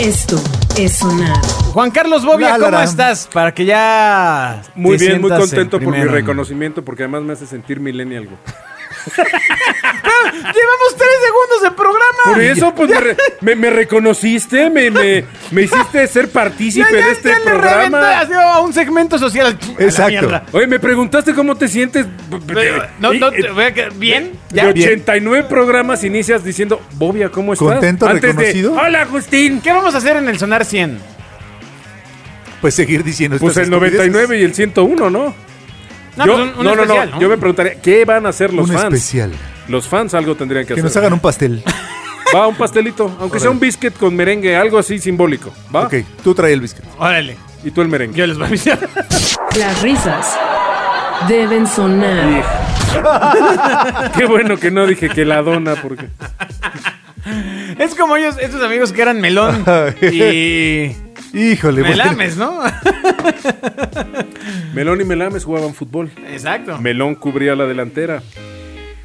Esto es sonar. Juan Carlos Bobia, La, la, ¿cómo la. estás? Para que ya. Muy te bien, muy sientas en contento por mi primero. reconocimiento porque además me hace sentir millennial. güey. Llevamos tres segundos de programa. Por eso, pues me, re- me- me reconociste, me, me- me hiciste ser partícipe de este reventé programa. así a un segmento social. A la Exacto. mierda. Oye, me preguntaste cómo te sientes. No, no, Eh, te- voy a que- ¿Bien? de ¿Ya? bien. 89 programas inicias diciendo, Bobia, ¿cómo estás? Contento, Antes de, reconocido. Hola, Agustín. ¿Qué vamos a hacer en el Sonar 100? Pues seguir diciendo Pues estas el estupideces. 99 y el 101, ¿no? No, yo, pues un- un no, no, especial, no, Yo me preguntaría, ¿qué van a hacer los Un fans? especial. Los fans algo tendrían que, Que hacer. nos hagan un pastel. Va, un pastelito, aunque sea un biscuit con merengue, algo así simbólico. Va. Ok, tú trae el biscuit. Órale, Y tú el merengue. yo les voy a avisar. Las risas deben sonar. Qué bueno que no dije que la dona, porque. Es como ellos, estos amigos que eran melón y. Híjole, pues bueno. Melames, ¿no? Melón y Melames jugaban fútbol. Exacto. Melón cubría la delantera.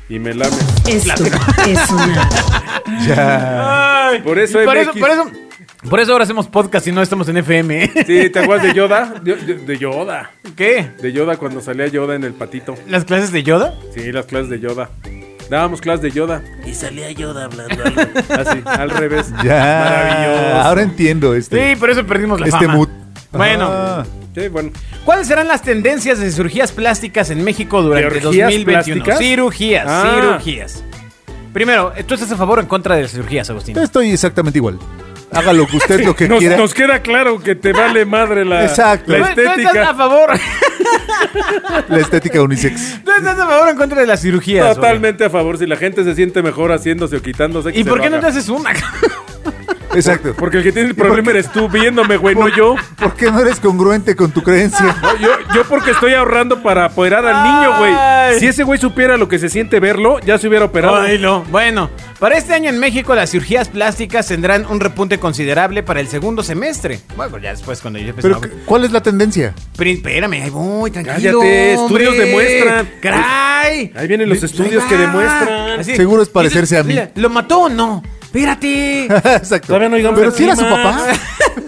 Y Melames. Esto es sonar. Ya. Ay, Por eso y por MX. eso, por eso. Por eso ahora hacemos podcast y no estamos en FM. ¿eh? Sí, ¿te acuerdas de Yoda? De, de- de Yoda. ¿Qué? De Yoda cuando salía Yoda en el patito. ¿Las clases de Yoda? Sí, las clases de Yoda. Dábamos clases de Yoda. Y salía Yoda hablando algo. Así, al revés. Ya. Maravilloso. Ahora entiendo este. Sí, por eso perdimos la este fama. mood. Bueno. Ah, Sí, bueno. ¿Cuáles serán las tendencias de cirugías plásticas en México durante ¿Cirugías 2021? plásticas? Cirugías, Ah. cirugías. Primero, ¿tú estás a favor o en contra de las cirugías, Agustín? estoy exactamente igual. Haga lo que usted lo que Nos, quiera. nos queda claro que te vale madre la, Exacto. la ¿Tú- ¿Tú estás a estética. favor? La estética unisex. ¿Tú estás a favor o en contra de las cirugías? güey? Totalmente a favor. Si la gente se siente mejor haciéndose o quitándose. que ¿Y se por lo qué no haga. te haces una? Exacto. Porque el que tiene el problema eres tú viéndome, güey, no yo. ¿Por qué no eres congruente con tu creencia? Pues No, yo. Yo porque estoy ahorrando para apoderar al niño, Ay. güey. Si ese güey supiera lo que se siente verlo, ya se hubiera operado. Ay, no. Bueno, para este año en México las cirugías plásticas tendrán un repunte considerable para el segundo semestre. Bueno, ya después cuando yo empecé Pero, ¿cuál es la tendencia? Pero espérame, ahí voy, tranquilo. Cállate, estudios hombre. demuestran. ¡Caray! Ahí vienen los estudios Ahí que va. demuestran. Así. Seguro es parecerse a mí. Mira, ¿Lo mató o no? Espérate. Exacto. Todavía no llegamos Pero al si era su clima. papá.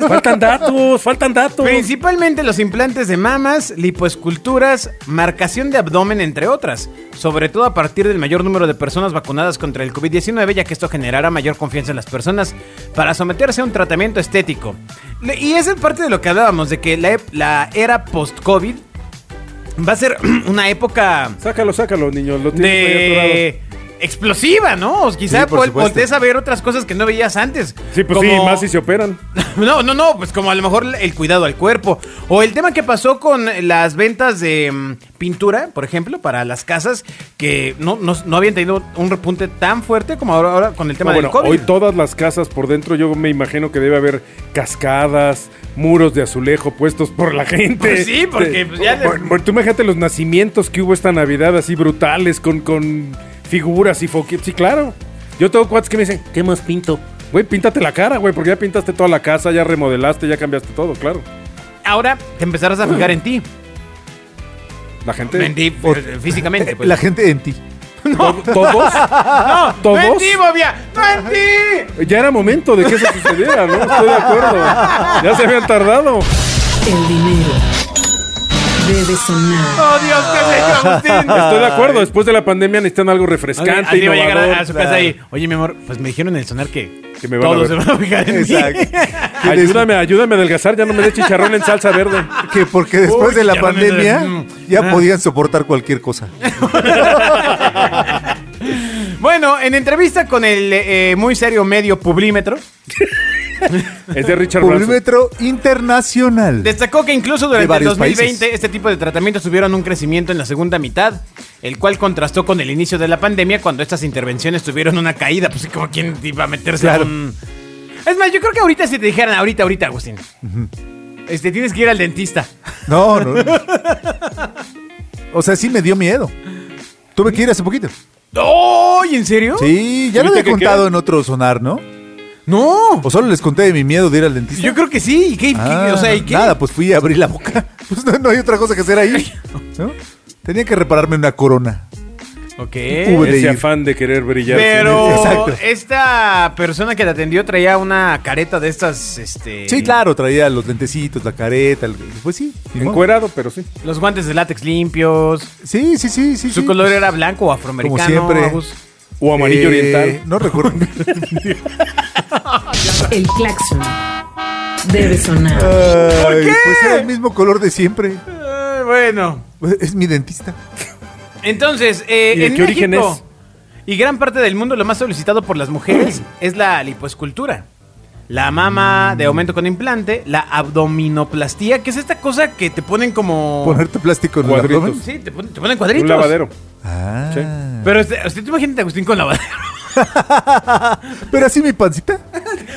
Faltan datos, faltan datos. Principalmente los implantes de mamas, lipoesculturas, marcación de abdomen, entre otras. Sobre todo a partir del mayor número de personas vacunadas contra el COVID-19, ya que esto generará mayor confianza en las personas para someterse a un tratamiento estético. Le- Y es en parte de lo que hablábamos, de que la, ep- la era post-COVID va a ser una época Sácalo, sácalo, niño. Lo tienes ahí atorado. de... Explosiva, ¿no? O Quizá Sí, por vol- supuesto. voltees a ver otras cosas que no veías antes. Sí, pues sí, Como- más si se operan. no, no, no, pues como a lo mejor el cuidado al cuerpo. O el tema que pasó con las ventas de mm, pintura, por ejemplo, para las casas, que no, no, no habían tenido un repunte tan fuerte como ahora, ahora con el tema No, del Ah, bueno, COVID. hoy todas las casas por dentro, yo me imagino que debe haber cascadas, muros de azulejo puestos por la gente. Pues sí, porque, pues, ya les- Bueno, bueno, tú imagínate los nacimientos que hubo esta Navidad así brutales con, con figuras y foquitos. Sí, claro. Yo tengo cuates que me dicen, ¿qué más pinto? Güey, píntate la cara, güey, porque ya pintaste toda la casa, ya remodelaste, ya cambiaste todo, claro. Ahora te empezarás a fijar en ti. La gente. En ti, eh, físicamente. pues. La gente en ti. to- Todos. No, ¿Todos? no en ti, Bobia, no en ti. Ya era momento de que eso sucediera, ¿no? Estoy de acuerdo. Ya se habían tardado. El dinero debe sonar. Oh, Dios, Ah. ¿qué has hecho, Agustín? Estoy de acuerdo. Después de la pandemia necesitan algo Alguien- refrescante, alguien va a llegar innovador. a, a su casa y, oye, mi amor, pues me dijeron en el sonar que, Que me van a todos se ver". van a fijar en mí. Exacto. Que des- Ayúdame, ayúdame a adelgazar, ya no me des chicharrón en salsa verde. Que porque después Uy, de la ya van a entrar. pandemia Mm. ya podían soportar cualquier cosa. Bueno, en entrevista con el eh, muy serio medio Publímetro, Es de Richard Branson. Pulímetro internacional. destacó que incluso durante el varios 2020 países. este tipo de tratamientos tuvieron un crecimiento en la segunda mitad, el cual contrastó con el inicio de la pandemia cuando estas intervenciones tuvieron una caída. Pues como quién iba a meterse a Claro. un... Es más, yo creo que ahorita si te dijeran, ahorita, ahorita, Agustín, este, tienes que ir al dentista. No, no. O sea, sí me dio miedo. Tuve que ir hace poquito. ¡Oh! ¿En serio? Sí, ya lo ¿Tuviste había que contado qué? en otro sonar, ¿no? ¡No! O solo les conté de mi miedo de ir al dentista. Yo creo que sí. ¿Y qué? ¿Y qué? Ah, o sea, ¿y qué? Nada, pues fui a abrir la boca. Pues no, no hay otra cosa que hacer ahí. ¿no? Tenía que repararme una corona. Ok. Uber. Ese ir. afán de querer brillar. Pero Exacto. esta persona que te atendió traía una careta de estas, este... Sí, claro, traía los lentecitos, la careta. el- Pues sí. ni modo. Encuerado, pero sí. Los guantes de látex limpios. Sí, sí, sí, sí. Su sí. color era blanco o afroamericano. Como siempre. Agus. O amarillo Eh, oriental. No recuerdo. El claxon debe sonar. ¿Por qué? Pues era el mismo color de siempre. Eh, bueno. Pues Es mi dentista. Entonces, eh, ¿Y de en qué origen México y gran parte del mundo lo más solicitado por las mujeres es la lipoescultura. La mama Mm. de aumento con implante, la abdominoplastía, que es esta cosa que te ponen como... Ponerte plástico en el Cuadritos. abdomen. Sí, te ponen, te ponen cuadritos. Un lavadero. Ah. Pero este, usted te imagínate a Agustín con lavadero. Pero así mi pancita.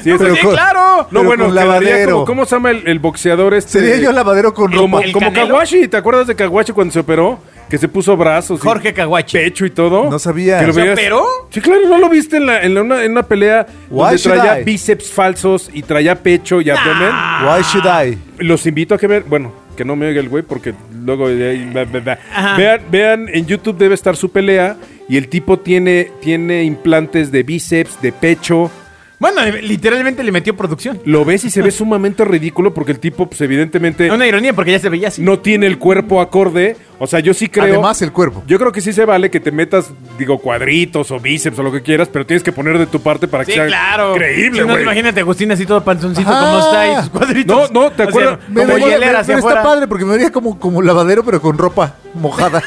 Sí, es Pero así. sí, con- claro. No, pero bueno, con quedaría lavadero. como, ¿cómo se llama el, el boxeador este? Sería yo lavadero con El ropa. Como, ¿El como Canelo? Kawashi, ¿te acuerdas de Kawashi cuando se operó? Que se puso brazos. y Jorge Kawashi. Pecho y todo. No sabía. Que lo ¿Se veías- operó? Sí, claro, ¿no lo viste en, la- en la- una, en una pelea Why donde should traía I? bíceps falsos y traía pecho y abdomen? Why should I? Los invito a que vean, bueno, que no me oiga el güey porque luego de ahí, bla, bla, bla. Ajá. vean, vean en YouTube debe estar su pelea y el tipo tiene tiene implantes de bíceps, de pecho. Bueno, literalmente le metió producción. Lo ves y se ve sumamente ridículo porque el tipo pues evidentemente Una ironía porque ya se veía así. no tiene el cuerpo acorde, o sea, yo sí creo Además, el cuerpo. Yo creo que sí se vale que te metas, digo, cuadritos o bíceps o lo que quieras, pero tienes que poner de tu parte para que Sí, sea claro. creíble, Si no, güey. imagínate a Agustín así todo panzoncito Ajá. como está y sus cuadritos. No, no, ¿te O sea, acuerdas? Me como vería- hielera pero hacia está afuera. padre porque me vería como, como lavadero, pero con ropa mojada.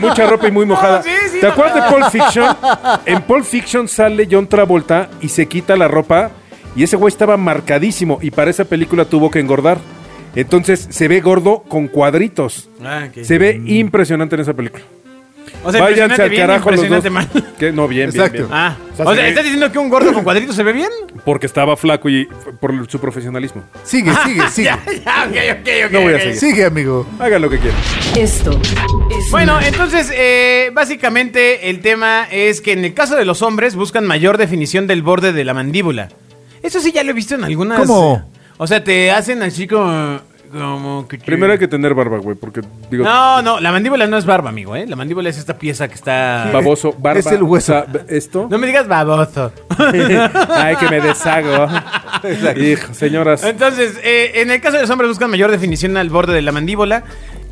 Mu- mucha ropa y muy mojada. No, sí, sí, ¿Te no. acuerdas de Pulp Fiction? En Pulp Fiction sale John Travolta y se quita la ropa y ese güey estaba marcadísimo y para esa película tuvo que engordar. Entonces se ve gordo con cuadritos. Ah, ok. Se ve impresionante en esa película. O sea, impresionante Váyanse al bien, carajo los dos. impresionante mal. Que no, bien, bien, Exacto. bien. Ah, O sea, o se sea, ve- ¿estás diciendo que un gordo con cuadritos se ve bien? Porque estaba flaco y fue por su profesionalismo. Sigue, Ah, sigue, sigue. Ya, ya, ok, ok, ok. No voy a ok. seguir. Sigue, amigo. Hagan lo que quieran. Esto es Bueno, sonar. entonces, eh, básicamente el tema es que en el caso de los hombres buscan mayor definición del borde de la mandíbula. Eso sí ya lo he visto en algunas... eh, ¿Cómo? O sea, te hacen así como... como que- Primero hay que tener barba, güey, porque digo, No, no, la mandíbula no es barba, amigo, ¿eh? La mandíbula es esta pieza que está... baboso, barba. Es el hueso. o sea, esto. No me digas baboso. Ay, que me deshago. Hijo, señoras. Entonces, eh, en el caso de los hombres buscan mayor definición al borde de la mandíbula.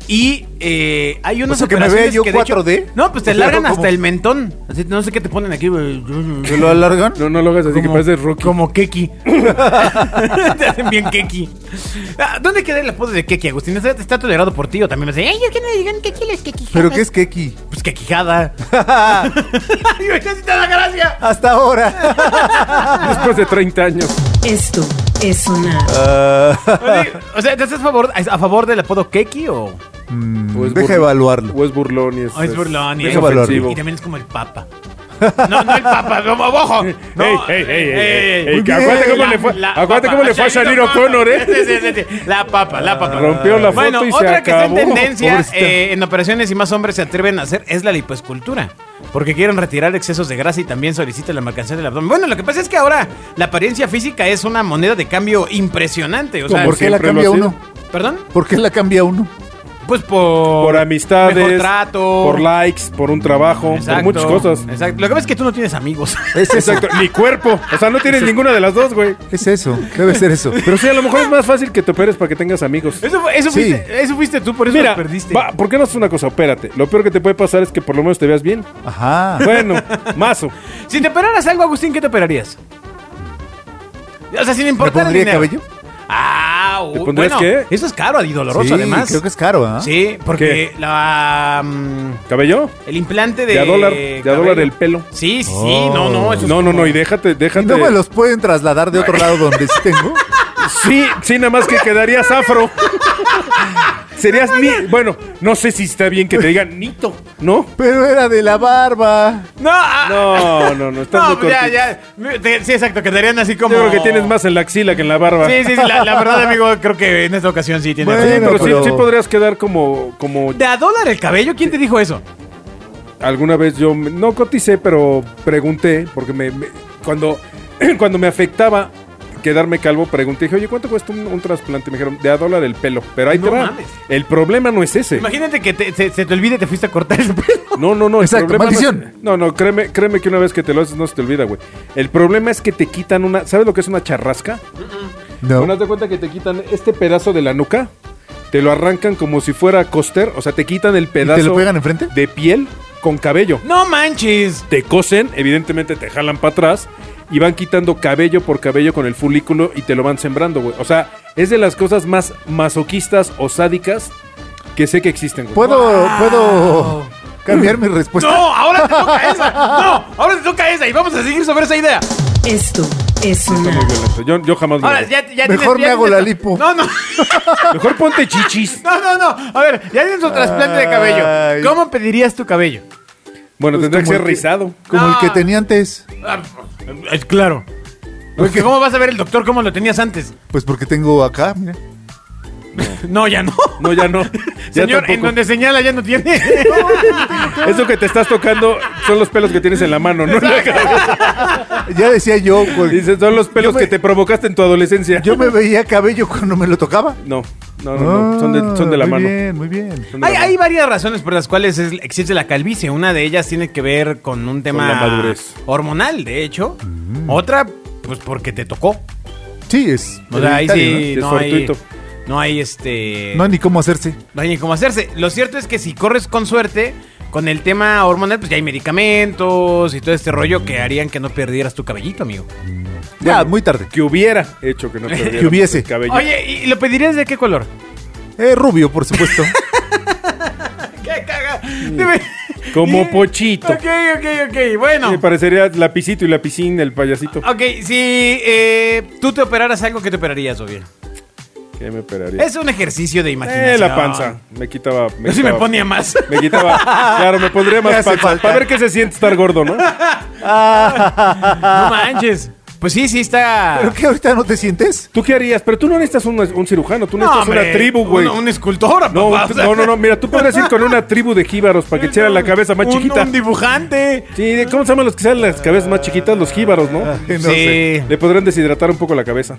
Y eh, hay unas sea, que me operaciones vea yo que de hecho- 4D. no, pues te O sea, largan ¿cómo? hasta el mentón. Así, no sé qué te ponen aquí. güey. ¿Se lo alargan? No, no lo hagas así que pareces Rocky. Como Keki. te hacen bien Keki. Ah, ¿Dónde queda el apodo de Keki, Agustín? ¿Está, está tolerado por ti o también me dice, ¡Ey, yo que no le digan Keki les Keki! ¿Pero qué es Keki? Pues Kekijada. ¡Ay, güey, sí te da gracia! Hasta ahora. Después de 30 años. Esto es sonar. Ah. Oye, O sea, ¿te estás a favor, a favor del apodo Keki o...? O es Deja burl- evaluarlo. O es burlón y es. Oh, es burlón y es es valor. ofensivo. Y también es como el papa. No, no el papa, como ojo. No, Ey, ey, ey, ey, ey, ey, que acuérdate cómo le fue- acuérdate cómo le fue a Sharon O'Connor, ¿eh? Sí, sí, sí, sí. La papa, la papa. Rompió la Bueno, foto y se otra que está en acabó. tendencia Pobrecita. eh, en operaciones y más hombres se atreven a hacer es la lipoescultura. Porque quieren retirar excesos de grasa y también solicitan la marcación del abdomen. Bueno, lo que pasa es que ahora la apariencia física es una moneda de cambio impresionante. O sea, ¿Por qué la siempre lo cambia ha sido. uno? ¿Perdón? ¿Por qué la cambia uno? Pues por... Por amistades. Mejor trato. Por likes, por un trabajo, Exacto, por muchas cosas. Exacto. Lo que pasa es que tú no tienes amigos. Es eso. Exacto. Ni cuerpo. O sea, no tienes ninguna de las dos, güey. ¿Qué es eso? Debe ser eso. Pero sí, a lo mejor es más fácil que te operes para que tengas amigos. Eso, fue- eso Sí. fuiste, eso fuiste tú, por eso Mira, lo perdiste. va, ¿por qué no haces una cosa? Opérate. Lo peor que te puede pasar es que por lo menos te veas bien. Ajá. Bueno, mazo. Si te operaras algo, Agustín, ¿qué te operarías? O sea, sin ¿Me importar el pondría dinero. cabello? Ah, uy, ¿Te pondrías bueno, qué? Eso es caro y doloroso, Sí, además. creo que es caro, ¿ah? Sí, porque la, mm, ¿Cabello? el implante de... De a dólar, de a cabello. dólar el pelo. Sí, sí, sí, Oh. no, no. eso es No, no, como- no, y déjate, ¿Y déjate. no me los pueden trasladar de otro lado donde sí tengo? Sí, sí, nada más que quedarías afro. Serías ni. Bueno, no sé si está bien que te digan nito, ¿no? Pero era de la barba. No, ah, No, no, no, estás muy no, pues ya, cortito. ya. Te- Sí, exacto, quedarían así Yo como... creo que tienes más en la axila que en la barba. Sí, sí, sí, la, la verdad, amigo, creo que en esta ocasión sí tienes Sí, razón. pero, Bueno, pero- Sí, sí podrías quedar como, como ¿De a dólar el cabello? ¿Quién te dijo eso? alguna vez yo me- no coticé, pero pregunté porque me, me- cuando cuando me afectaba quedarme calvo, pregunté, dije, oye, ¿cuánto cuesta un, un trasplante? Me dijeron, de a dólar el pelo. Pero ahí No te va. mames. El problema no es ese. Imagínate que te- se, se te olvide y te fuiste a cortar el pelo. No, no, no. el Exacto, problema no es- maldición. No, no, créeme, créeme que una vez que te lo haces no se te olvida, güey. El problema es que te quitan una. ¿Sabes lo que es una charrasca? No. Bueno, haz de cuenta que te quitan este pedazo de la nuca, te lo arrancan como si fuera coster, o sea, te quitan el pedazo. lo pegan enfrente? De piel con cabello. No manches. Te cosen, evidentemente te jalan para atrás y van quitando cabello por cabello con el folículo y te lo van sembrando, güey. O sea, es de las cosas más masoquistas o sádicas que sé que existen, güey. ¿Puedo, Wow. ¿Puedo cambiar mi respuesta? No, ahora te toca esa. No, ahora te toca esa y vamos a seguir sobre esa idea. Esto es Está muy sonar. violento. Yo, yo jamás me lo Ahora, hago. ya, ya tienes- Mejor me ya hago tienes- la lipo. No, no. Mejor ponte chichis. No, no, no. A ver, ya tienes tu trasplante de Ay. cabello. ¿Cómo pedirías tu cabello? Bueno, Pues tendría que como ser el que- rizado. Como No. el que tenía antes. Eh, claro. Porque ¿cómo vas a ver el doctor cómo lo tenías antes? Pues porque tengo acá, mira. No, ya no. No, ya no. Ya Señor, en tampoco. donde señala ya no tiene. Eso que te estás tocando son los pelos que tienes en la mano, ¿no? Ya decía yo. pues, Dices, son los pelos Yo me- que te provocaste en tu adolescencia. Yo me veía cabello cuando me lo tocaba. No, no, no, no. Son, de, son de la Ah, muy mano. Bien, muy bien. Son de la hay, mano. hay varias razones por las cuales es- existe la calvicie. Una de ellas tiene que ver con un tema la madurez. Mm. hormonal, de hecho. Otra, pues porque te tocó. Sí, es. O sea, ahí sí ¿no? no, Es hay, fortuito. no hay este... No hay ni cómo hacerse. No hay ni cómo hacerse. Lo cierto es que si corres con suerte, con el tema hormonal, pues ya hay medicamentos y todo este rollo que harían que no perdieras tu cabellito, amigo. Ya, muy tarde. Que hubiera hecho que no perdiera Que hubiese. el cabello. Oye, ¿y y lo pedirías de qué color? Eh, rubio, por supuesto. ¡Qué caga! Dime. Como eh, Y- pochito. Ok, ok, ok. Bueno. Me parecería lapicito y lapicín el payasito. Ok, si eh, tú te operaras algo, ¿qué te operarías, bien ¿Qué me operaría? Es un ejercicio de imaginación. Eh, la panza. Me quitaba. Me Yo sí me quitaba- ponía más. Me quitaba. Claro, me pondría Me más hace panza. falta. Para ver qué se siente estar gordo, ¿no? No manches. Pues sí, sí Ah. está... ¿Pero qué ahorita no te sientes? ¿Tú qué harías? Pero tú no necesitas un, un cirujano, tú No, necesitas hombre, una tribu, güey. Un, un escultor, No, papá, un- o sea. no, no, no, mira, tú podrías ir con una tribu de jíbaros para que te echaran la cabeza más Un- chiquita. Un dibujante. Sí, ¿de ¿cómo se llaman los que salen las cabezas más chiquitas? Los jíbaros, ¿no? No Ah, sí. Le podrán deshidratar un poco la cabeza.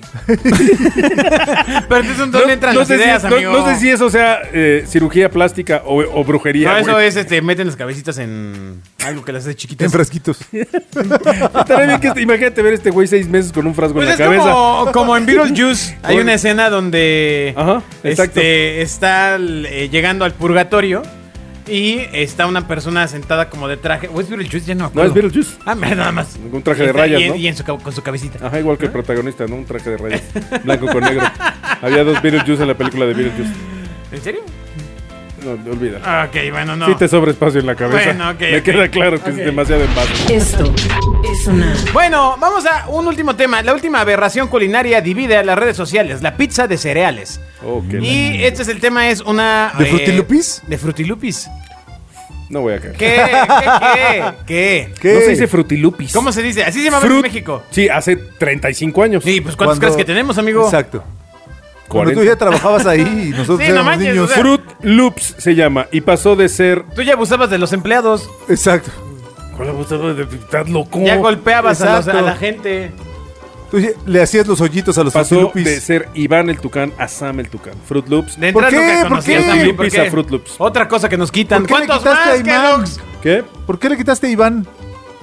Pero entonces ¿dónde entran las sé si- ideas, no- amigo? no sé si eso sea eh, cirugía plástica o, o brujería. No, eso güey. es, este, meten las cabecitas en algo que las hace chiquitas. En frasquitos. Estaría bien que este- imagínate ver este güey seis meses con un frasco Pues en es la cabeza. como, como en Beetlejuice. Hay Oye. una escena donde Ajá, exacto. este, está eh, llegando al purgatorio y está una persona sentada como de traje. ¿O es Beetlejuice? Ya no me No, acuerdo. es Beetlejuice. Ah, mira, nada más. Un traje de Y está- rayas, y, ¿no? y en su cab- con su cabecita. Ajá, igual que el protagonista, ¿no? Un traje de rayas. Blanco con negro. Había dos Beetlejuice en la película de Beetlejuice. ¿En serio? No, olvídalo. Ah, Ok, bueno, no. Sí te sobra espacio en la cabeza. Bueno, ok, Me ok. queda claro que Ok. es demasiado envase. Esto es sonar. Bueno, vamos a un último tema. La última aberración culinaria divide a las redes sociales. La pizza de cereales. Ok. Y este es el tema, es una... eh, ¿De Frutilupis? De frutilupis. No voy a caer. ¿Qué? ¿Qué? ¿Qué? ¿Qué? ¿Qué? No se dice frutilupis. ¿Cómo se dice? Así se llama en Frut- México. Sí, hace 35 años. Sí, pues ¿cuántos Cuando- crees que tenemos, amigo? Exacto. Cuando 40. tú ya trabajabas ahí y nosotros Sí, no éramos manches, niños. o sea- Fruit Loops se llama y pasó de ser. Tú ya abusabas de los empleados. Exacto. ¿Estás loco? Ya golpeabas a, los- Exacto. a la gente. Tú ya- le hacías los hoyitos a los Pasó frutilupis. de ser Iván el Tucán a Sam el Tucán. Fruit Loops. De ¿Por entrada qué? nunca ¿Por conocías qué? también, ¿por Pizza qué? Fruit Loops. Otra cosa que nos quitan. ¿Por qué le ¿Cuántos quitaste más, a Iván? Kellogg's? ¿Qué? ¿Por qué le quitaste a Iván?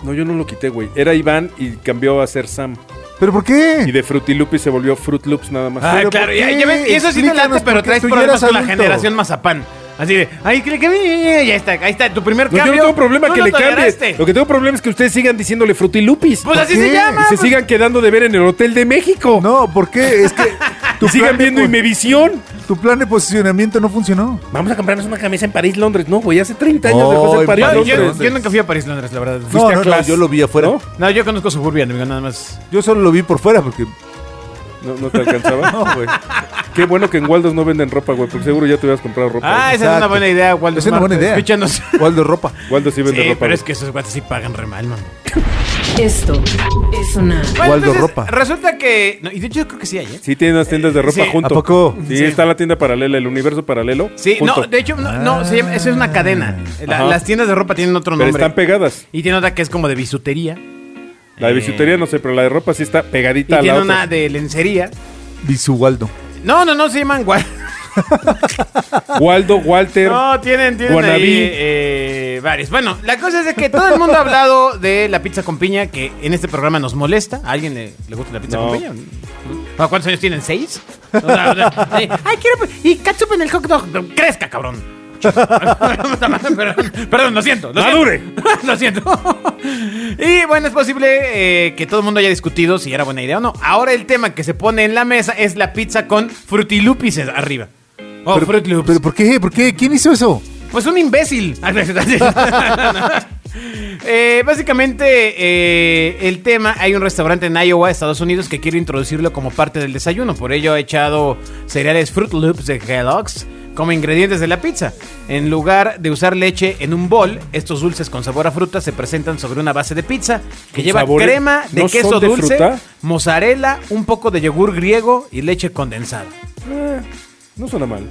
No, yo no lo quité, güey. Era Iván y cambió a ser Sam. ¿Pero por Y qué? de Frutilupis se volvió Fruit Loops nada más. Ah, ¿Pero claro, por ya, qué? ya ves, y eso sí te late, Explícanos pero por qué traes tú ya problemas eras con la adulto. generación mazapán. Así de, ay, que le que ya está, ahí está, tu primer No, cambio. yo no tengo problema tú que lo le cambie. toleraste. Lo que tengo problema es que ustedes sigan diciéndole Frutilupis. Pues así ¿Por se qué? llama. y se pues. sigan quedando de ver en el Hotel de México. Ah, No, ¿por qué? Es que Y sigan plan de viendo pos- Imevisión. tu plan de posicionamiento no funcionó. Vamos a comprarnos una camisa en París, Londres. No, güey, hace 30 años dejó Oh, ser en París, Yo- París, Londres. yo, Londres. yo nunca fui a París, Londres, la verdad. Fuiste a clase. yo lo vi afuera. ¿No? No, yo conozco Suburbia, amigo, nada más. Yo solo lo vi por fuera porque No, no te alcanzaba. no, güey. Qué bueno que en Waldos no venden ropa, güey, porque seguro ya te hubieras comprado ropa. Ah, güey. esa es una Exacto. buena idea, Waldo. Es una buena idea. Escúchanos. Waldo ropa. Waldos sí Sí, vende ropa. pero güey. es que esos guates sí pagan re mal, man. Esto es sonar. Waldo ropa. Resulta que. no, y de hecho, yo creo que sí hay, ¿eh? Sí, tienen unas tiendas de ropa sí. junto. ¿A poco? Sí, Sí. está la tienda paralela, el universo paralelo. Sí, junto. no, de hecho, no, no, se llama- eso es una cadena. La- Ajá. las tiendas de ropa tienen otro Pero nombre. están pegadas. y tiene otra que es como de bisutería. La de Eh. bisutería no sé, pero la de ropa sí está Y pegadita a tiene la una otra. de lencería. Bisualdo. No, no, no, se llaman gua- Waldo, Walter. No, tienen, tienen Guanabí. ahí, eh, varios. Bueno, la cosa es de que todo el mundo ha hablado de la pizza con piña, que en este programa nos molesta. ¿A alguien le, le gusta la pizza No. con piña? ¿A ¿Cuántos años tienen? ¿Seis? O sea, o sea, ay, ay, quiero... Y ketchup en el hot dog. Crezca, cabrón. perdón, perdón, lo siento. Lo Madure. Siento. lo siento. Y bueno, es posible eh, que todo el mundo haya discutido si era buena idea o no. Ahora el tema que se pone en la mesa es la pizza con frutilupices arriba. Oh, pero, Fruit Loops. pero ¿por qué? ¿Por qué? ¿Quién hizo eso? Pues un imbécil. Ah, Eh, básicamente, eh, el tema, hay un restaurante en Iowa, Estados Unidos, que quiere introducirlo como parte del desayuno. Por ello ha echado cereales Fruit Loops de Kellogg's como ingredientes de la pizza. En lugar de usar leche en un bol, estos dulces con sabor a fruta se presentan sobre una base de pizza que ¿Con lleva sabores? crema de ¿No son queso de dulce, fruta? mozzarella, un poco de yogur griego y leche condensada. Eh, no suena mal.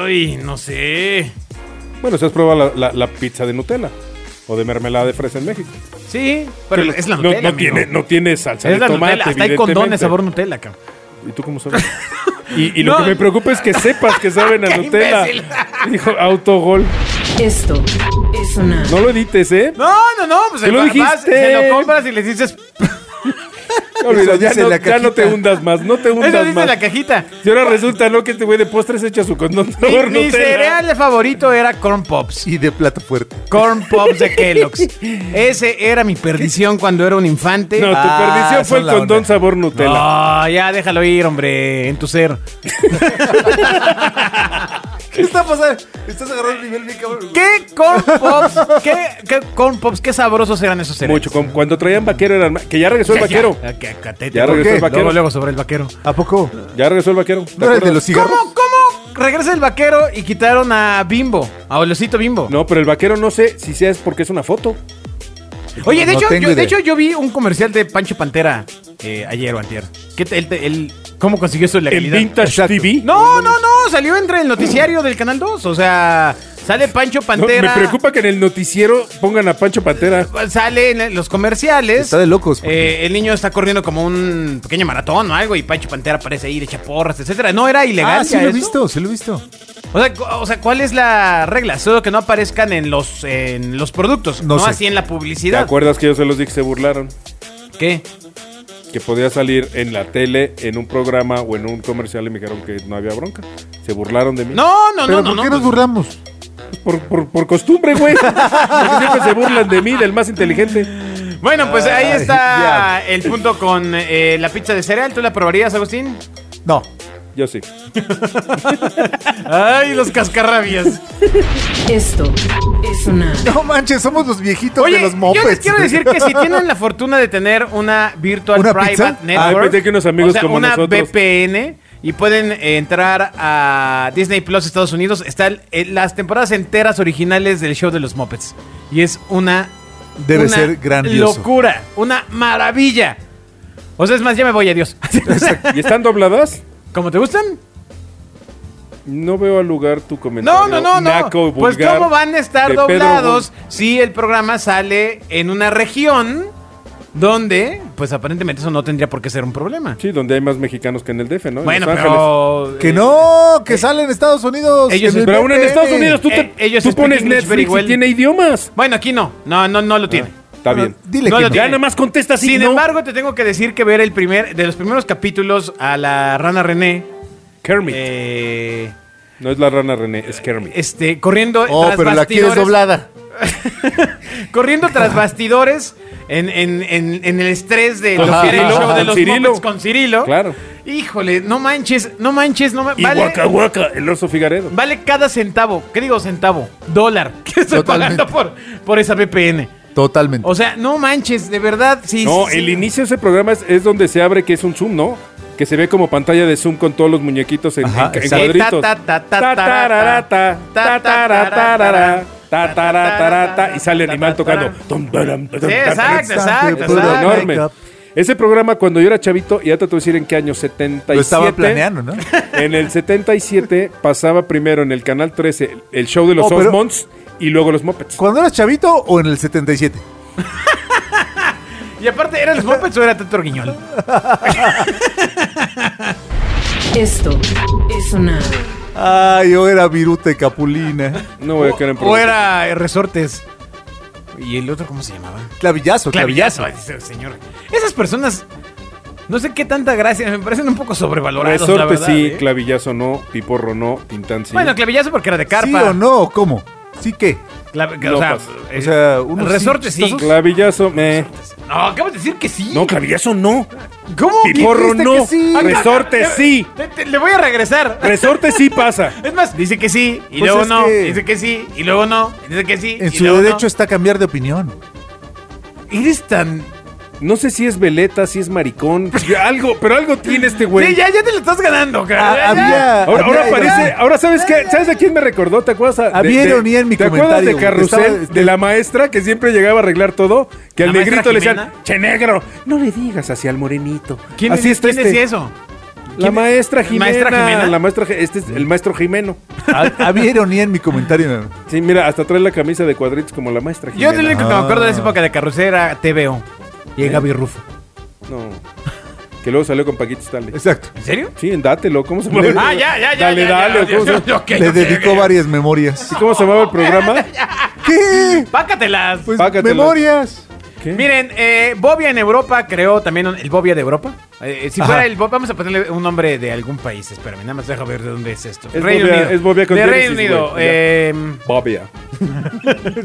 Ay, no sé. Bueno, si has probado la, la- la pizza de Nutella o de mermelada de fresa en México. Sí, pero Que es la no- Nutella. No, amigo. tiene, no tiene salsa Es de la tomate, Nutella, hasta hay condones evidentemente. sabor Nutella, cabrón. ¿Y tú cómo sabes? Y, y lo No. que me preocupa es que sepas que saben a ¡Qué Nutella. imbécil! Dijo, autogol. Esto es sonar. No lo edites, ¿eh? No, no, no, pues Te lo vas, dijiste. se lo compras y les dices, No, mira, Eso ya, dice no, la ya no te cajita. hundas más, no te hundas eso dice más. la cajita. Y ahora resulta, ¿no? Que este güey de postres echa su condón Mi, sabor mi Nutella. cereal favorito era Corn Pops. Y de plata fuerte. Corn Pops de Kellogg's. Ese era mi perdición cuando era un infante. No, tu Ah, Ah, perdición son fue el la condón onda. sabor Nutella. no, ya déjalo ir, hombre, en tu ser. ¿Qué está pasando? Estás agarrando el nivel bien cabrón. ¿Qué Corn Pops? ¿Qué, qué Corn Pops? ¿Qué sabrosos eran esos cereales? Mucho. como Cuando traían vaquero eran... ma- Que ya regresó el Ya, ya, vaquero. ya, ya, catete. Ya regresó el vaquero. Luego, luego sobre el vaquero. ¿A poco? Ya regresó el vaquero. ¿te ¿No era el de acuerdas? los cigarros? ¿Cómo, cómo regresa el vaquero y quitaron a Bimbo? A Olosito Bimbo. No, pero el vaquero no sé si sea es porque es una foto. Oye, de, No hecho, tengo yo, de idea. hecho, yo vi un comercial de Pancho Pantera eh, ayer o antier. ¿Qué te- él, te- él- ¿Cómo consiguió su El legalidad? Vintage Exacto. TV. No, no, no, salió entre el noticiario del Canal 2. O sea, sale Pancho No, Pantera. me preocupa que en el noticiero pongan a Pancho Pantera. Sale en los comerciales. Está de locos, porque- Eh, el niño está corriendo como un pequeño maratón o algo y Pancho Pantera aparece ahí, le echa porras, etcétera. No era ilegal. Ah, sí ya lo he eso. visto, sí lo he visto. O sea, cu- o sea, ¿cuál es la regla? Solo que no aparezcan en los, en los productos, no, No sé. así en la ¿Te publicidad. acuerdas que yo se los dije que se burlaron? ¿Qué? Que podía salir en la tele, en un programa o en un comercial y me dijeron que no había bronca. Se burlaron de mí. No, no, no, ¿Pero no. no, por qué nos pues- burlamos? Por, por- por costumbre, güey. Porque siempre se burlan de mí, del más inteligente. Bueno, pues ahí Ay, está el punto con eh, la pizza de cereal. ¿Tú la probarías, Agustín? No. Yo sí. Ay, los cascarrabias. Esto es sonar. No manches, somos los viejitos Oye, de los yo mopeds. les quiero decir que si tienen la fortuna de tener una Virtual ¿Una Private pizza? Network, Ay, pensé que unos amigos o sea, como una nosotros. VPN y pueden eh, entrar a Disney Plus Estados Unidos, están eh, las temporadas enteras originales del show de los mopeds y es una Debe una ser grandioso. locura, una maravilla. O sea, es más, ya me voy, adiós. ¿Y están dobladas? ¿Cómo te gustan? No veo al lugar tu No, comentario. no, no, no. naco, pues vulgar, cómo van a estar de Pedro doblados si el programa sale en una región donde, pues aparentemente eso no tendría por qué ser un problema. Gun- Sí, donde hay más mexicanos que en el DF, ¿no? En bueno, Los Ángeles. pero Que eh, no, que sale en Estados Unidos. ellos- el Pero aún en VPN. Estados Unidos tú, te- Eh, ellos tú speak pones English very Netflix well. y tiene idiomas. Ah, Bueno, aquí no. No, no, no lo tiene. Está bien. Dile No que lo no. tiene. Ya nada más contesta así, Sin ¿no? embargo, te tengo que decir que ver el primer de los primeros capítulos a la rana René Kermit. eh, no es la rana René, es Kermit. este corriendo Oh, tras pero la quieres bastidores. doblada. Corriendo tras bastidores en, en- en- en el estrés de Con lo que era el Cirilo, show de con los Cirilo. Muppets con Cirilo. Claro. Híjole, no manches, no manches, no manches. Y Vale, Waka Waka, el oso Figaredo. vale cada centavo. ¿Qué digo centavo? Dólar. Que estoy Totalmente. pagando por, por esa VPN. Totalmente. O sea, no manches, de verdad. Sí, No, sí, el sí. inicio de ese programa es, es donde se abre que es un Zoom, ¿no? Que se ve como pantalla de Zoom con todos los muñequitos en, Ajá, en- en exacto. cuadritos. Ta, ta, ta, ta, ta, Tatararata, ta, tataratarara, ta, ta, tataratarata, Y sale el animal ta, ta, ta, tocando. Tum, taram, taram, Sí, taram, exacto, exacto, taram. exacto. Enorme. Ese programa cuando yo era chavito, ya te voy a decir en qué año, 77. Lo estaba planeando, ¿no? En el 77 pasaba primero en el canal 13 el show de los Oh, pero- Osmonds y luego los Muppets. ¿Cuándo eras chavito o en el 77? Y aparte, ¿era el Muppets o era Tato Guiñol? Esto es sonar. Ay, yo era viruta y capulina. No voy a quedar en O problemas. era eh, Resortes. ¿Y el otro cómo se llamaba? Clavillazo, Clavillazo, Pues dice el señor. Esas personas, no sé qué tanta gracia, me parecen un poco sobrevalorados. la Resorte verdad, sí, ¿eh? clavillazo no, piporro no, tintán sí. Bueno, clavillazo porque era de carpa. ¿Sí o no? ¿Cómo? ¿Sí qué? Clav- No o sea, pasa. eh, O sea, unos resorte sí. chistosos. clavillazo, me. No, acabas de decir que sí. No, clavillazo no. ¿Cómo? Piporro dijiste no. que sí? Pues, Resorte Le- sí. Le, eh, te- le voy a regresar. Resorte sí pasa. Es más, dice que sí, y Pues luego es no, que- dice que sí, y luego no, dice que sí. En y su luego derecho está cambiar de opinión. no. Eres tan. No sé si es veleta, si es maricón. Algo, pero algo tiene este güey. Sí, ya, ya te lo estás ganando, cara. Ah, Ya, ya. había- Ahora, ahora había- parece, ahora sabes qué, ¿sabes a quién me recordó? ¿Te acuerdas? a- de- Había de- ironía en mi ¿Te acuerdas de comentario, güey. Carrusel, Estaba- este- de la maestra que siempre llegaba a arreglar todo? Que al ¿La maestra negrito le decían, Jimena? che negro, no le digas así al morenito. ¿Quién, así es- está quién este. decía eso? La maestra Jimena. ¿Maestra Jimena? La maestra, Ge- este es el maestro Jimeno. Ha- Había ironía en mi comentario. Sí, mira, hasta trae la camisa de cuadritos como la maestra Yo Jimena. lo único que me acuerdo de esa época de carrusel era TVO. Y ¿Eh? Gaby Rufo. No. Que luego salió con Paquito Stanley. Exacto. ¿En serio? Sí, en dátelo, ¿cómo se llama? Ah, ya, ya, ya. Dale, ya, ya, dale, ya, ¿cómo se ya, llama? ya, ok, Le ok, dedicó ok. varias memorias. ¿Cómo se llamaba el programa? ¿Qué? Pácatelas. Pues Págatelas. memorias. ¿Qué? Miren, eh, Bobia en Europa creó también un- el Bobia de Europa. Eh, eh, si Ajá. fuera el Bobia, vamos a ponerle un nombre de algún país. Espérame, nada más deja ver de dónde es esto. Es Bobia- es Bobia con De Reino diéresis, güey, Unido. ya. Eh, Bobia.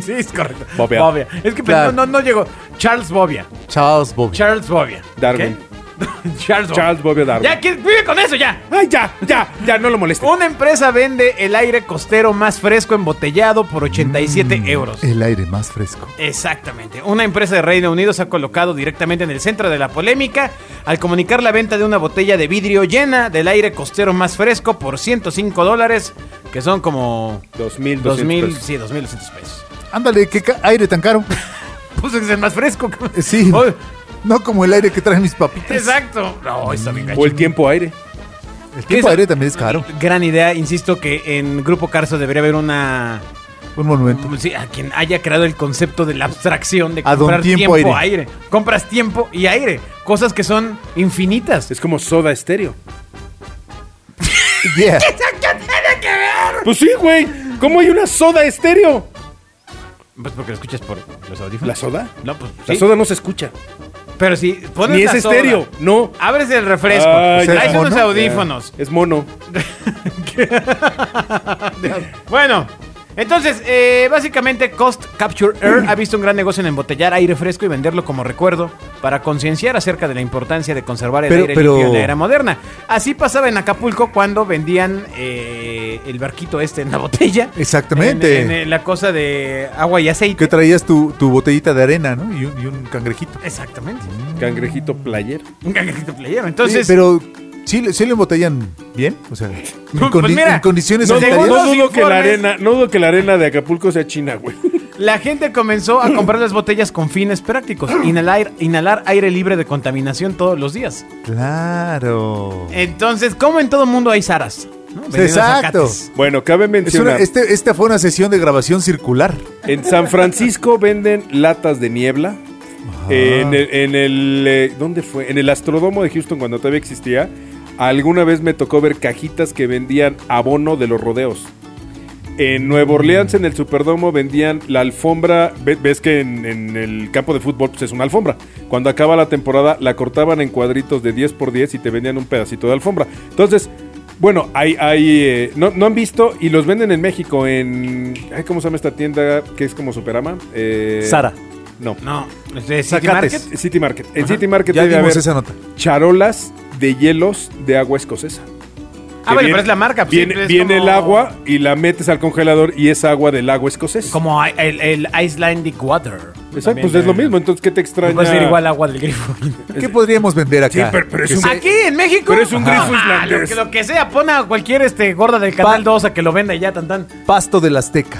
sí, es correcto. Bobia. Es que Claro. no, no, no llegó. Charles Bobia. Charles Bobby. Charles Bobia. Darwin. ¿Ok? Charles Bobia. Charles Bobia Darwin. Ya, ¿quién vive con eso ya? Ay, ya, ya, ya, no lo molestes. Una empresa vende el aire costero más fresco embotellado por 87 Mm. euros. El aire más fresco. Exactamente. Una empresa de Reino Unido se ha colocado directamente en el centro de la polémica al comunicar la venta de una botella de vidrio llena del aire costero más fresco por 105 dólares, que son como 2000, 2000, 200 sí, 2200 pesos. Ándale, qué ca- aire tan caro. Pues es el más fresco. cabrón. Eh, Sí. Oh, No como el aire que traen mis papitas. exacto. No, está bien gacho. O el tiempo aire. El tiempo aire también es caro. Gran idea, insisto que en Grupo Carso debería haber una Un monumento. Sí, a quien haya creado el concepto de la abstracción de A don comprar tiempo, tiempo aire. Compras tiempo y aire. Cosas que son infinitas. Es como soda estéreo. Yeah. Pues sí, güey. ¿Cómo hay una soda estéreo? Pues porque lo escuchas por los audífonos. ¿La soda? No, pues sí. La soda no se escucha. Pero si pones Ni la es soda, estéreo, no. Ah, Abres el refresco. Ay, traes ya. unos ¿Mono? audífonos. Es mono. Bueno. Entonces, eh, básicamente Cost Capture Air ha visto un gran negocio en embotellar aire fresco y venderlo como recuerdo para concienciar acerca de la importancia de conservar el Pero- aire pero- limpio en la era moderna. Así pasaba en Acapulco cuando vendían eh, el barquito este en la botella. Exactamente. En, en, eh, la cosa de agua y aceite. Que traías tu, tu botellita de arena, ¿no? Y un, y un cangrejito. Exactamente. Cangrejito player. Un cangrejito playero. Entonces, Sí, pero sí, le- sí lo embotellan bien. O sea, en, Pues condi- mira, en condiciones No, según sanitarias. no los dudo que la informes- arena, no dudo que la arena de Acapulco sea china, güey. La gente comenzó a comprar las botellas con fines prácticos, inhalar, inhalar aire libre de contaminación todos los días. Claro. Eh, Entonces, como en todo mundo hay zaras, ¿no? Vendiendo Exacto. zacates. Bueno, cabe Es una- mencionar, este- esta fue una sesión de grabación circular. en San Francisco venden latas de niebla. Eh, en el, en el, eh, ¿dónde fue? En el Astrodomo de Houston cuando todavía existía, alguna vez me tocó ver cajitas que vendían abono de los rodeos. En Nueva Orleans, en el Superdomo, vendían la alfombra. Ve- Ves que en, en el campo de fútbol pues, es una alfombra. Cuando acaba la temporada, la cortaban en cuadritos de 10 por 10 y te vendían un pedacito de alfombra. Entonces, bueno, hay, hay, eh, no, no han visto y los venden en México en... ay, ¿Cómo se llama esta tienda que es como Superama? Eh, Sara. No, No, de City Zacates. Market. City Market. En City Market Ya debe dimos haber esa nota. charolas de hielos de agua escocesa. Ah, Que bueno, viene- pero es la marca. pues, Viene, siempre es viene como- el agua y la metes al congelador y es agua del agua escocesa. Como i- el, el Icelandic Water. Exacto, También, pues es lo eh, mismo. Entonces, ¿qué te extraña? No puede ser igual agua del grifo. ¿Qué podríamos vender acá? Sí, pero, pero es un... Aquí en México. Pero es un grifo No, ah, islandés. Lo que, lo que sea, pon a cualquier este, gorda del canal Pa- 2 a que lo venda y ya, tan tan. Pasto del Azteca.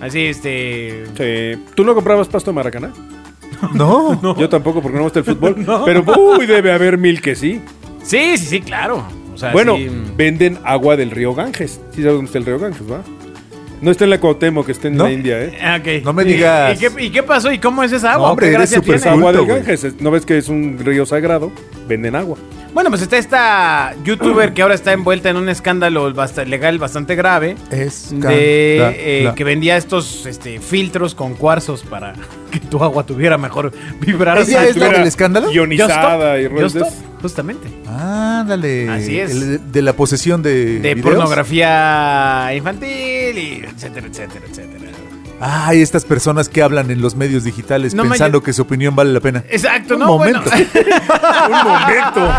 Así, este. Sí. ¿Tú no comprabas pasto de Maracaná? No. Yo tampoco, porque no me gusta el fútbol. Pero, uy, debe haber mil que sí. Sí, sí, sí, claro. O sea, bueno, sí, mm. venden agua del río Ganges. Sí sabes dónde está el río Ganges, ¿va? No está en la Cuauhtémoc, que esté en ¿No? la India, ¿eh? Ah, ok. No me ¿Y- digas. ¿Y, qué, y qué pasó? ¿Y cómo es esa agua? No, hombre, ¿Qué eres gracia súper Es tiene? sabor. agua de culto, güey. Ganges. ¿No ves que es un río sagrado? Venden agua. Bueno, pues está esta youtuber que ahora está envuelta en un escándalo bast- legal bastante grave. Es de la- eh, la- que vendía estos este, filtros con cuarzos para que tu agua tuviera mejor vibrar. ¿Ella Ah, es la del escándalo? Ionizada y rollos de esos. justamente. Ándale. Así es. El- de la posesión de. De videos. pornografía infantil y etcétera, etcétera, etcétera. Ay, estas personas que hablan en los medios digitales No, pensando ma- que su opinión vale la pena. Exacto, Un no, momento. bueno. ¡Un momento!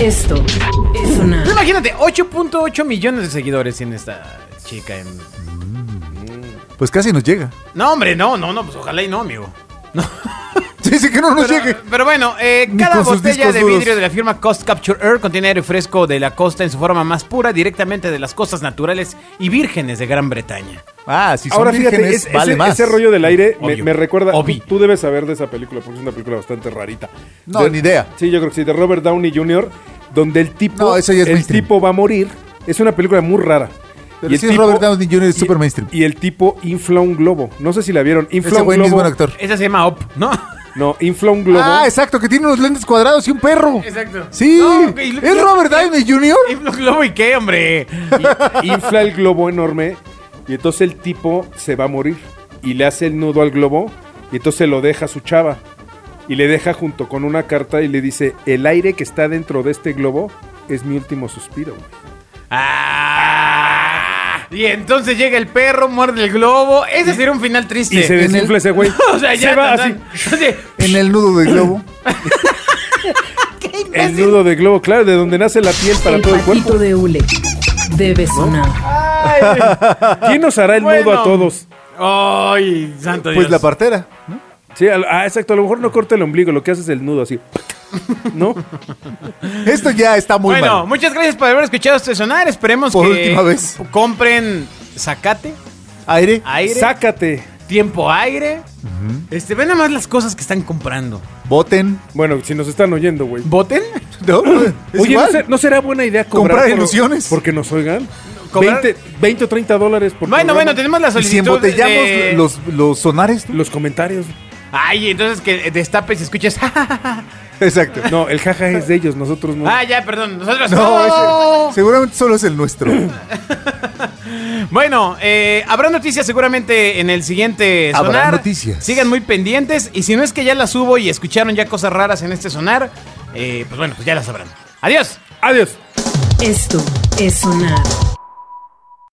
Esto es sonar. Imagínate, 8.8 millones de seguidores tiene esta chica en... Pues casi nos llega. No, hombre, no, no, no, pues ojalá y no, amigo. Sí, sí, que no nos llegue. Pero bueno, eh, Ni cada con sus botella discos de duros. vidrio de la firma Cost Capture Air contiene aire fresco de la costa en su forma más pura, directamente de las costas naturales y vírgenes de Gran Bretaña. Ah, si son Ahora fíjate, vírgenes, es- vale ese, más. ese rollo del aire me, Obvio. me recuerda. Tú, Obvio. tú debes saber de esa película, porque es una película bastante rarita. No, ni idea. Sí, yo creo que sí, de Robert Downey Jr., donde el tipo, No, eso ya es el mainstream. tipo va a morir. Es una película muy rara. Pero el sí, Robert Downey Jr. es súper mainstream. Y el tipo infla un globo. No sé si la vieron. Infla Ese un güey globo. mismo buen actor. Esa se llama OP, ¿no? No, infla un globo. Ah, exacto, que tiene unos lentes cuadrados y un perro. Exacto. Sí. No, ok, y- ¿Es Robert Downey Jr.? ¿Y Globo y qué, hombre? infla el globo enorme y entonces el tipo se va a morir y le hace el nudo al globo y entonces lo deja a su chava y le deja junto con una carta y le dice el aire que está dentro de este globo es mi último suspiro. güey". Ah, y entonces llega el perro, muerde el globo. Ese sería un final triste. Y se en desinfla el- ese güey. o sea, ya se va así. tan- tan- así. En el nudo del globo. El nudo de globo, claro, de donde nace la piel para el todo el patito cuerpo. de hule debe sonar. ¿Quién nos hará el nudo Bueno. a todos? Ay, santo Dios. Pues la partera. ¿no? Sí, al- ah, exacto, a lo mejor no corta el ombligo, lo que hace es el nudo así. ¿No? Esto ya está muy bueno, mal. muchas gracias por haber escuchado este sonar. Esperemos Por que última vez. compren zacate, Aire. aire, Sácate. tiempo aire. Este, ven nada más las cosas que están comprando. Voten. Bueno, si nos están oyendo, güey. ¿Voten? ¿No? pues, Es Oye, igual. ¿no, ser- no será buena idea cobrar, Comprar por- ilusiones. Porque nos oigan. Cobrar- 20, 20 o 30 dólares por Bueno, bueno, programa. tenemos la Y si solicitud. embotellamos de- los, los sonares. ¿no? Los comentarios. Ay, entonces que destapes y escuches. Exacto. No, el jaja es de ellos, nosotros no. ah, ya, perdón. Nosotros No, no. ese- seguramente solo es el nuestro. Bueno, eh, habrá noticias seguramente en el siguiente sonar. Habrá noticias. Sigan muy pendientes. Y si no es que ya las subo y escucharon ya cosas raras en este sonar, eh, pues bueno, pues ya las sabrán. Adiós. Adiós. Esto es sonar.